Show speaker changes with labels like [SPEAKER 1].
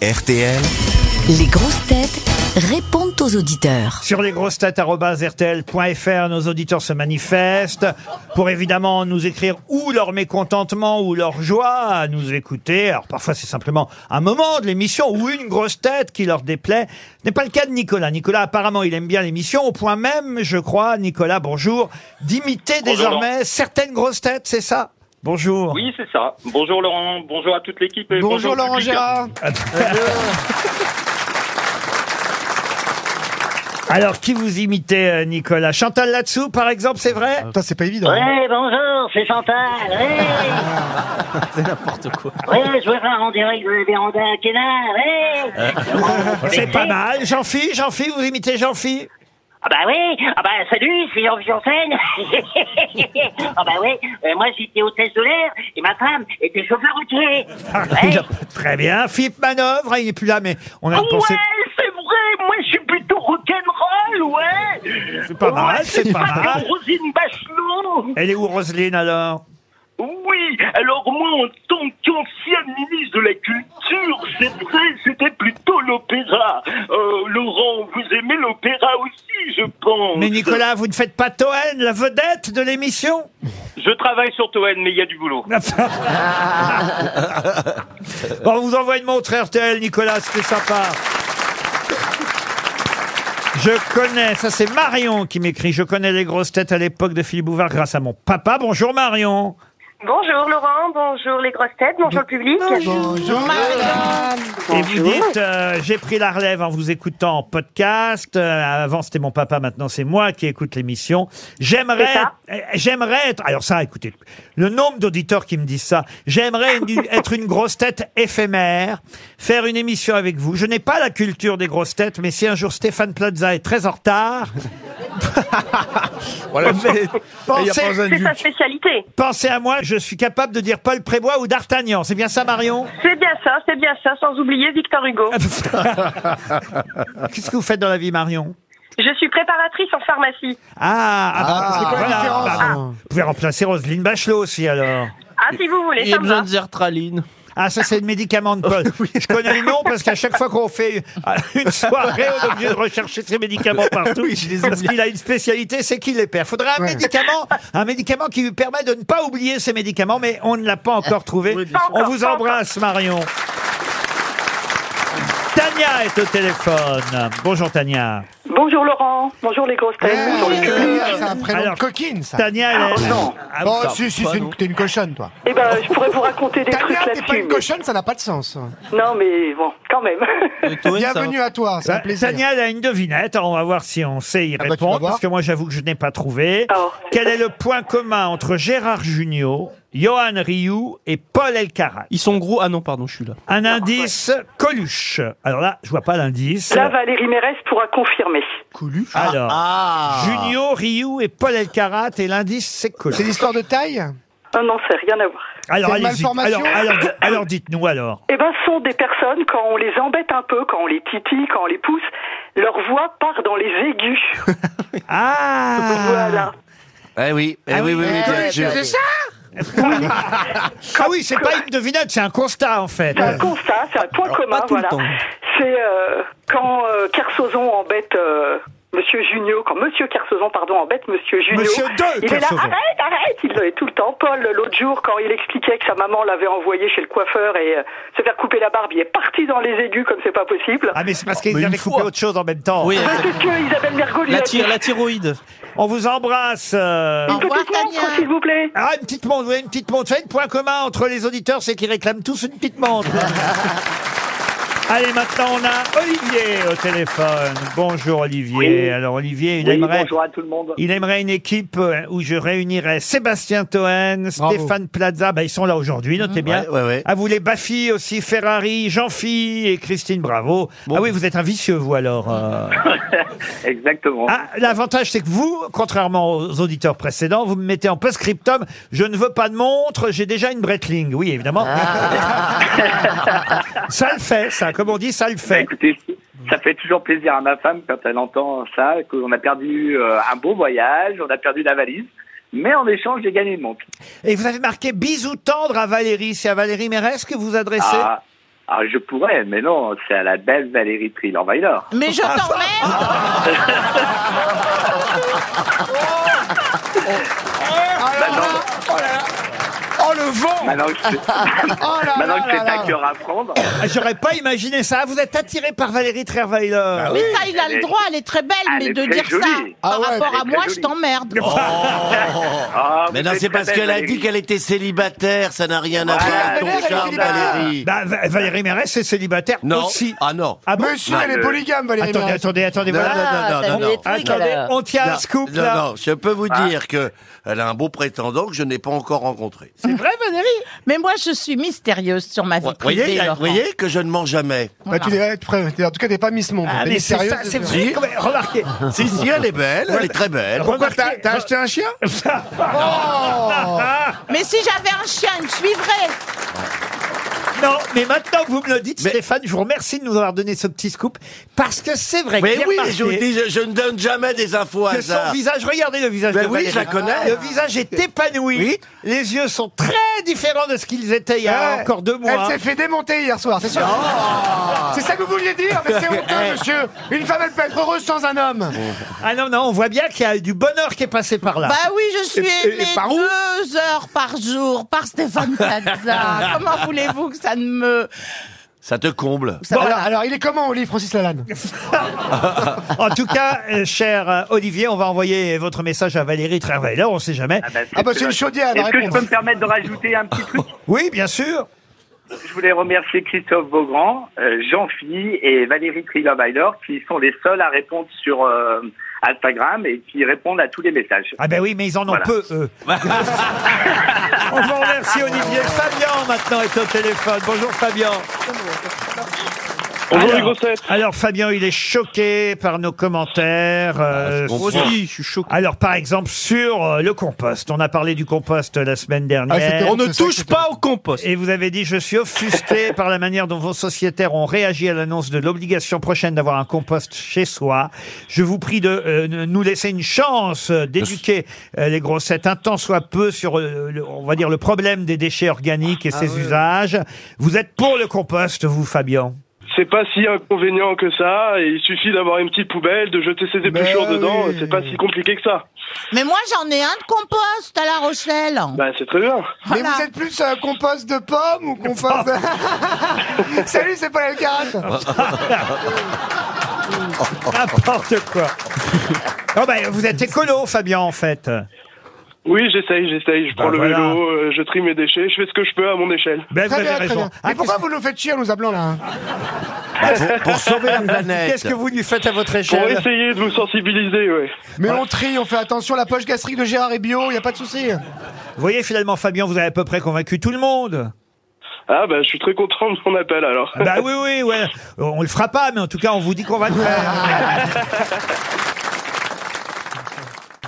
[SPEAKER 1] RTL.
[SPEAKER 2] Les grosses têtes répondent aux auditeurs.
[SPEAKER 3] Sur lesgrossetêtes.rtl.fr, nos auditeurs se manifestent pour évidemment nous écrire ou leur mécontentement ou leur joie à nous écouter. Alors parfois c'est simplement un moment de l'émission ou une grosse tête qui leur déplaît. Ce n'est pas le cas de Nicolas. Nicolas apparemment il aime bien l'émission au point même, je crois, Nicolas, bonjour, d'imiter
[SPEAKER 4] Bonjour,
[SPEAKER 3] désormais certaines grosses têtes, c'est ça Bonjour.
[SPEAKER 4] Oui, c'est ça. Bonjour Laurent, bonjour à toute l'équipe. et
[SPEAKER 5] Bonjour
[SPEAKER 4] au
[SPEAKER 5] Laurent
[SPEAKER 4] public.
[SPEAKER 5] Gérard.
[SPEAKER 3] Alors qui vous imitez, euh, Nicolas Chantal là-dessous, par exemple, c'est vrai
[SPEAKER 6] Euh,
[SPEAKER 5] Putain, c'est pas évident.
[SPEAKER 7] Ouais, bonjour, c'est Chantal. Ouais. c'est n'importe quoi. Ouais, je veux faire en direct de la véranda à Kénard. Ouais.
[SPEAKER 3] C'est pas mal. Jean-Phi, Jean-Phi, vous imitez Jean-Phi
[SPEAKER 7] Ah bah oui, ah bah salut, c'est Jean Janssen. ah bah oui, euh, moi j'étais hôtesse de l'air et ma femme était chauffeur routier. Ouais.
[SPEAKER 3] Très bien. Philippe Manœuvre, il n'est plus là, mais on a
[SPEAKER 7] Oh, Ouais,
[SPEAKER 3] pensé.
[SPEAKER 7] c'est vrai, moi je suis plutôt rock'n'roll, ouais.
[SPEAKER 3] C'est pas mal,
[SPEAKER 7] Ouais,
[SPEAKER 3] c'est pas
[SPEAKER 7] pas
[SPEAKER 3] mal.
[SPEAKER 7] comme Rosine Bachelot.
[SPEAKER 3] Elle est où, Roselyne, alors
[SPEAKER 7] Oui, alors moi, en tant qu'ancien ministre de la Culture, c'est vrai, c'était plutôt l'opéra. Euh, Laurent, vous aimez l'opéra aussi, je pense.
[SPEAKER 3] Mais Nicolas, vous ne faites pas Toen, la vedette de l'émission
[SPEAKER 4] Je travaille sur Toen, mais il y a du boulot.
[SPEAKER 3] Bon, on vous envoie une montre RTL, Nicolas, c'était sympa. Je connais, ça c'est Marion qui m'écrit. Je connais les grosses têtes à l'époque de Philippe Bouvard grâce à mon papa. Bonjour Marion.
[SPEAKER 8] Bonjour Laurent, bonjour les grosses têtes, bonjour le public.
[SPEAKER 5] Bonjour Marianne.
[SPEAKER 3] Et vous dites, euh, j'ai pris la relève en vous écoutant en podcast. Euh, avant, c'était mon papa, maintenant c'est moi qui écoute l'émission. J'aimerais,
[SPEAKER 8] C'est ça.
[SPEAKER 3] euh, j'aimerais être. Alors ça, écoutez, le nombre d'auditeurs qui me disent ça. J'aimerais une- être une grosse tête éphémère, faire une émission avec vous. Je n'ai pas la culture des grosses têtes, mais si un jour Stéphane Plaza est très en retard,
[SPEAKER 5] Voilà,
[SPEAKER 3] mais-
[SPEAKER 5] y a
[SPEAKER 3] pensez,
[SPEAKER 5] pas besoin de
[SPEAKER 8] C'est
[SPEAKER 5] du-
[SPEAKER 8] sa spécialité.
[SPEAKER 3] pensez à moi. Je suis capable de dire Paul Prébois ou D'Artagnan. C'est bien ça, Marion
[SPEAKER 8] C'est bien ça, c'est bien ça, sans oublier Victor Hugo.
[SPEAKER 3] Qu'est-ce que vous faites dans la vie, Marion
[SPEAKER 8] Je suis préparatrice en pharmacie.
[SPEAKER 3] Ah, ah, bah,
[SPEAKER 5] c'est quoi la
[SPEAKER 3] voilà,
[SPEAKER 5] différence
[SPEAKER 3] bah, Vous pouvez remplacer Roselyne Bachelot aussi alors.
[SPEAKER 8] Ah, si vous voulez, ça me va.
[SPEAKER 9] zertraline.
[SPEAKER 3] Ah, ça c'est le médicament de Paul. Je connais le nom parce qu'à chaque fois qu'on fait une soirée, on est obligé de rechercher ces médicaments partout.
[SPEAKER 9] Oui, je les
[SPEAKER 3] parce qu'il a une spécialité, c'est qu'il les perd. Faudrait un médicament, un médicament qui lui permet de ne pas oublier ces médicaments, mais on ne l'a pas encore trouvé.
[SPEAKER 8] sûr.
[SPEAKER 3] on
[SPEAKER 8] Pas
[SPEAKER 3] vous
[SPEAKER 8] encore, pas
[SPEAKER 3] embrasse, Marion. Tania est au téléphone. Bonjour Tania.
[SPEAKER 8] Bonjour Laurent, bonjour les grosses têtes, bonjour le public.
[SPEAKER 5] C'est un prénom
[SPEAKER 3] Alors,
[SPEAKER 5] de coquine, ça.
[SPEAKER 3] Tania, elle est... Ah,
[SPEAKER 5] Oh,
[SPEAKER 3] ça-
[SPEAKER 5] si, si, c'est une- t'es une cochonne, toi.
[SPEAKER 8] Eh ben, je pourrais vous raconter des trucs
[SPEAKER 5] Tania, t'es pas
[SPEAKER 8] là-dessus.
[SPEAKER 5] une cochonne, ça n'a pas de sens.
[SPEAKER 8] mais- Non, mais bon, quand même.
[SPEAKER 5] Bienvenue à toi, c'est un
[SPEAKER 3] Bah,
[SPEAKER 5] plaisir.
[SPEAKER 3] Tania, elle a une devinette. Alors, on va voir si on sait y
[SPEAKER 5] Ah bah, tu
[SPEAKER 3] répondre.
[SPEAKER 5] vas voir.
[SPEAKER 3] parce que moi, j'avoue que je n'ai pas trouvé.
[SPEAKER 8] Alors.
[SPEAKER 3] Quel est le point commun entre Gérard Jugnot, Johan Rioux et Paul Elkarat
[SPEAKER 9] Ils sont gros. Ah non, pardon, je suis là.
[SPEAKER 3] Un indice, Coluche. Alors là, je vois pas l'indice.
[SPEAKER 8] Là, Valérie Mérès pourra confirmer.
[SPEAKER 5] Coluche.
[SPEAKER 3] Alors,
[SPEAKER 5] Ah,
[SPEAKER 4] Ah.
[SPEAKER 3] Jugnot, Rioux et Paul Elkarat. Et l'indice, c'est
[SPEAKER 5] C'est
[SPEAKER 3] Coluche.
[SPEAKER 5] l'histoire de taille
[SPEAKER 8] Ah non, c'est rien à voir.
[SPEAKER 3] Alors,
[SPEAKER 5] c'est une
[SPEAKER 3] allez-y.
[SPEAKER 5] malformation
[SPEAKER 3] alors, alors, di- alors dites-nous alors.
[SPEAKER 8] Eh ben, ce sont des personnes, quand on les embête un peu, quand on les titille, quand on les pousse, leur voix part dans les aigus.
[SPEAKER 3] Ah
[SPEAKER 8] Voilà.
[SPEAKER 6] Eh oui, eh
[SPEAKER 3] Ah
[SPEAKER 6] oui,
[SPEAKER 3] oui,
[SPEAKER 6] oui, oui,
[SPEAKER 3] eh,
[SPEAKER 6] bien sûr.
[SPEAKER 3] Ah oui, c'est pas une devinette, c'est un constat en fait.
[SPEAKER 8] C'est un constat, c'est un point commun,
[SPEAKER 9] pas tout le
[SPEAKER 8] voilà.
[SPEAKER 9] temps.
[SPEAKER 8] C'est euh, quand euh, Kersozon embête euh, Monsieur Junio, quand Monsieur Kersozon, pardon, embête Monsieur Junio.
[SPEAKER 3] Monsieur deux
[SPEAKER 8] il est là,
[SPEAKER 3] Kersozon.
[SPEAKER 8] arrête, arrête, il le est tout le temps. Paul, l'autre jour, quand il expliquait que sa maman l'avait envoyé chez le coiffeur et euh, se faire couper la barbe, il est parti dans les aigus comme c'est pas possible.
[SPEAKER 3] Ah mais c'est parce qu'ils
[SPEAKER 9] Mais une
[SPEAKER 3] avaient coupé
[SPEAKER 9] fois.
[SPEAKER 3] autre chose en même temps.
[SPEAKER 9] Oui,
[SPEAKER 8] Mais
[SPEAKER 9] exactement.
[SPEAKER 8] qu'est-ce que Isabelle Mergo lui a
[SPEAKER 9] euh, la,
[SPEAKER 8] dit
[SPEAKER 9] thyr- la thyroïde.
[SPEAKER 3] On vous embrasse. euh,
[SPEAKER 8] Une petite montre, s'il vous plaît.
[SPEAKER 3] Ah, une petite montre, ouais, une petite montre. Faites point commun entre les auditeurs, c'est qu'ils réclament tous une petite montre. Allez, maintenant on a Olivier au téléphone. Bonjour Olivier. Alors Olivier, il aimerait.
[SPEAKER 7] à tout le monde.
[SPEAKER 3] Il aimerait une équipe euh, où je réunirais Sébastien Toen,
[SPEAKER 5] Bravo.
[SPEAKER 3] Stéphane Plaza, bah, ils sont là aujourd'hui, notez bien.
[SPEAKER 6] Mmh. Ouais, ouais, ouais.
[SPEAKER 3] À vous les Baffy aussi, Ferrari, Jean-Phi et Christine Bravo. Ah oui, vous êtes un vicieux, vous alors. euh.
[SPEAKER 4] Exactement.
[SPEAKER 3] Ah, l'avantage, c'est que vous, contrairement aux auditeurs précédents, vous me mettez en post-scriptum. Je ne veux pas de montre, j'ai déjà une Breitling. Oui, évidemment.
[SPEAKER 6] Ah.
[SPEAKER 3] ça le fait, ça. Comme on dit, ça le
[SPEAKER 4] Bah,
[SPEAKER 3] fait.
[SPEAKER 4] écoutez, ça fait toujours plaisir à ma femme quand elle entend ça, qu'on a perdu euh, un beau voyage, on a perdu la valise, mais en échange, j'ai gagné une montre.
[SPEAKER 3] Et vous avez marqué bisous tendres à Valérie. C'est à Valérie Mérès que vous adressez.
[SPEAKER 4] Ah, Ah, je pourrais, mais non, c'est à la belle Valérie Trilor-Vailor.
[SPEAKER 5] Ah.
[SPEAKER 1] Mais je t'emmerde
[SPEAKER 5] Oh le vent
[SPEAKER 4] Maintenant que c'est
[SPEAKER 5] Oh là
[SPEAKER 4] maintenant
[SPEAKER 5] là
[SPEAKER 4] que c'est
[SPEAKER 5] là là.
[SPEAKER 4] un cœur à prendre,
[SPEAKER 3] Ah, J'aurais pas imaginé ça. Vous êtes attiré par Valérie Trierweiler.
[SPEAKER 6] Bah
[SPEAKER 1] Mais ça, il a le droit, elle est très belle,
[SPEAKER 4] Elle
[SPEAKER 1] mais
[SPEAKER 4] est
[SPEAKER 1] de
[SPEAKER 4] très
[SPEAKER 1] dire ça
[SPEAKER 4] jolie.
[SPEAKER 1] par
[SPEAKER 5] Ah ouais,
[SPEAKER 1] rapport
[SPEAKER 4] elle est
[SPEAKER 1] à moi,
[SPEAKER 4] très
[SPEAKER 1] je
[SPEAKER 4] jolie.
[SPEAKER 1] t'emmerde.
[SPEAKER 4] Ah, vous
[SPEAKER 6] Mais non,
[SPEAKER 4] êtes
[SPEAKER 6] c'est
[SPEAKER 4] très
[SPEAKER 6] parce
[SPEAKER 4] belle,
[SPEAKER 6] qu'elle a
[SPEAKER 4] Valérie.
[SPEAKER 6] dit qu'elle était célibataire, ça n'a rien à
[SPEAKER 4] Ah,
[SPEAKER 6] voir avec
[SPEAKER 5] elle est
[SPEAKER 6] ton charme,
[SPEAKER 5] célibataire.
[SPEAKER 6] Valérie.
[SPEAKER 3] Bah, Va- Valérie Mérès est célibataire
[SPEAKER 6] Non.
[SPEAKER 3] aussi.
[SPEAKER 6] Ah non.
[SPEAKER 3] Ah bon
[SPEAKER 5] Monsieur, elle est
[SPEAKER 4] le-
[SPEAKER 5] polygame, Valérie
[SPEAKER 3] Attendez,
[SPEAKER 5] Mérès.
[SPEAKER 3] attendez, attendez,
[SPEAKER 6] Non,
[SPEAKER 3] voilà.
[SPEAKER 6] non, non, non, non, non.
[SPEAKER 3] Attendez, on tient
[SPEAKER 6] Non,
[SPEAKER 3] un scoop
[SPEAKER 6] non,
[SPEAKER 3] là.
[SPEAKER 6] non, je peux vous
[SPEAKER 4] Ah.
[SPEAKER 6] dire que elle a un beau prétendant que je n'ai pas encore rencontré.
[SPEAKER 1] C'est vrai, Valérie Mais moi, je suis mystérieuse sur ma vie
[SPEAKER 6] Vous
[SPEAKER 1] privée,
[SPEAKER 6] voyez, vous
[SPEAKER 1] Laurent.
[SPEAKER 6] voyez que je ne mens jamais.
[SPEAKER 5] Bah, tu es- tu es- en tout cas, t'es pas Miss Monde.
[SPEAKER 3] Ah,
[SPEAKER 5] T'es
[SPEAKER 3] mais c'est
[SPEAKER 5] sérieux
[SPEAKER 3] ça, c'est vrai. Comme- Remarquez.
[SPEAKER 6] si, si, elle est belle, elle est très belle.
[SPEAKER 3] Remarquez.
[SPEAKER 5] acheté un chien
[SPEAKER 1] Mais si j'avais un chien, il me suivrait.
[SPEAKER 3] Non, mais maintenant que vous me le dites,
[SPEAKER 6] Mais-
[SPEAKER 3] Stéphane, je vous remercie de nous avoir donné ce petit scoop parce que c'est vrai. que
[SPEAKER 6] Mais
[SPEAKER 3] j'ai
[SPEAKER 6] oui,
[SPEAKER 3] remarqué
[SPEAKER 6] je vous dis, je, je ne donne jamais des infos à
[SPEAKER 3] que son
[SPEAKER 6] hasard.
[SPEAKER 3] visage, regardez le visage
[SPEAKER 6] Ben
[SPEAKER 3] de
[SPEAKER 6] oui,
[SPEAKER 3] Valérie.
[SPEAKER 6] je la connais.
[SPEAKER 3] Le visage est épanoui.
[SPEAKER 6] Oui.
[SPEAKER 3] Les yeux sont très différents de ce qu'ils étaient il y a
[SPEAKER 5] Ouais.
[SPEAKER 3] encore deux
[SPEAKER 5] Elle
[SPEAKER 3] mois.
[SPEAKER 5] s'est fait démonter hier soir, c'est sûr.
[SPEAKER 8] Ah.
[SPEAKER 5] C'est ça que vous vouliez dire, mais c'est honteux, monsieur. Une femme, elle peut être heureuse sans un homme.
[SPEAKER 3] Ah non, non, on voit bien qu'il y a du bonheur qui est passé par là.
[SPEAKER 1] Bah oui, je suis
[SPEAKER 5] Et- et- et
[SPEAKER 1] aimée
[SPEAKER 5] par où
[SPEAKER 1] deux heures par jour par Stéphane Plaza. Comment voulez-vous que ça ne me...
[SPEAKER 6] Ça te comble.
[SPEAKER 1] ça-
[SPEAKER 5] Bon, alors,
[SPEAKER 1] voilà.
[SPEAKER 5] alors, il est comment au lit, Francis Lalanne
[SPEAKER 3] Eh, En tout cas, euh, cher euh, Olivier, on va envoyer votre message à Valérie Trierweiler, on sait jamais.
[SPEAKER 4] Ah, bah, c'est-
[SPEAKER 5] Ah bah, c'est une chaudière, elle va
[SPEAKER 4] Est-ce que je peux me
[SPEAKER 5] répondre.
[SPEAKER 4] permettre de rajouter un petit truc
[SPEAKER 3] Oui, bien sûr.
[SPEAKER 4] Je voulais remercier Christophe Beaugrand, euh, jean philippe et Valérie Trilor-Vailor qui sont les seuls à répondre sur euh, Instagram et qui répondent à tous les messages.
[SPEAKER 3] Ah ben oui, mais ils en ont
[SPEAKER 4] Voilà.
[SPEAKER 3] peu, eux. on vous remercie, Olivier. Fabien, maintenant, est au téléphone. Bonjour, Fabien.
[SPEAKER 7] Bonjour les
[SPEAKER 3] Alors-
[SPEAKER 7] grossettes.
[SPEAKER 3] Alors, Fabien, il est choqué par nos commentaires. euh,
[SPEAKER 6] Ah, je comprends.
[SPEAKER 3] sur-
[SPEAKER 9] Aussi, je suis choqué.
[SPEAKER 3] alors, par exemple, sur euh, le compost. On a parlé du compost la semaine
[SPEAKER 9] Ah,
[SPEAKER 3] dernière.
[SPEAKER 5] Ah, c'était-
[SPEAKER 9] On ne
[SPEAKER 5] C'est ça
[SPEAKER 9] touche
[SPEAKER 5] que
[SPEAKER 9] pas au compost.
[SPEAKER 3] Et vous avez dit, je suis offusqué par la manière dont vos sociétaires ont réagi à l'annonce de l'obligation prochaine d'avoir un compost chez soi. Je vous prie de euh, ne- nous laisser une chance euh, d'éduquer euh, les grossettes un temps soit peu sur, euh, le- on va dire, le problème des déchets organiques et ses usages. Vous êtes pour le compost, vous, Fabien
[SPEAKER 7] C'est pas si inconvénient que ça. et il suffit d'avoir une petite poubelle, de jeter ses épluchures
[SPEAKER 5] Mais
[SPEAKER 7] dedans.
[SPEAKER 5] Ben oui.
[SPEAKER 7] C'est pas si compliqué que ça.
[SPEAKER 1] Mais moi, j'en ai un de compost à La Rochelle.
[SPEAKER 7] Bah, c'est très bien.
[SPEAKER 3] Ah,
[SPEAKER 5] Mais
[SPEAKER 1] Voilà.
[SPEAKER 5] vous êtes plus euh, compost de pommes ou compost de... Salut, c'est pas la carate
[SPEAKER 3] Ah, N'importe quoi. Oh ben, vous êtes écolo, Fabien, en fait. Ben,
[SPEAKER 7] Oui, j'essaye, j'essaye. Je prends
[SPEAKER 3] Bah,
[SPEAKER 7] le
[SPEAKER 3] voilà.
[SPEAKER 7] vélo, euh, je trie mes déchets, je fais ce que je peux à mon échelle.
[SPEAKER 3] Ben, vous
[SPEAKER 5] Très
[SPEAKER 3] avez
[SPEAKER 5] bien, très
[SPEAKER 3] raison.
[SPEAKER 5] bien.
[SPEAKER 3] Ah,
[SPEAKER 5] Mais pourquoi vous nous faites chier en nous appelant, là hein
[SPEAKER 6] Pour, pour sauver la planète.
[SPEAKER 3] Qu'est-ce que vous lui faites à votre
[SPEAKER 7] Pour
[SPEAKER 3] échelle
[SPEAKER 7] essayer de vous sensibiliser, ouais.
[SPEAKER 5] Mais on trie, on fait attention, la poche gastrique de Gérard est bio, y a pas de souci.
[SPEAKER 3] Vous voyez, finalement, Fabien, vous avez à peu près convaincu tout le monde.
[SPEAKER 7] Ah bah, je suis très content de mon appel alors.
[SPEAKER 3] Bah Ah Bah oui, oui, ouais. On le fera pas, mais en tout cas, on vous dit qu'on va le faire.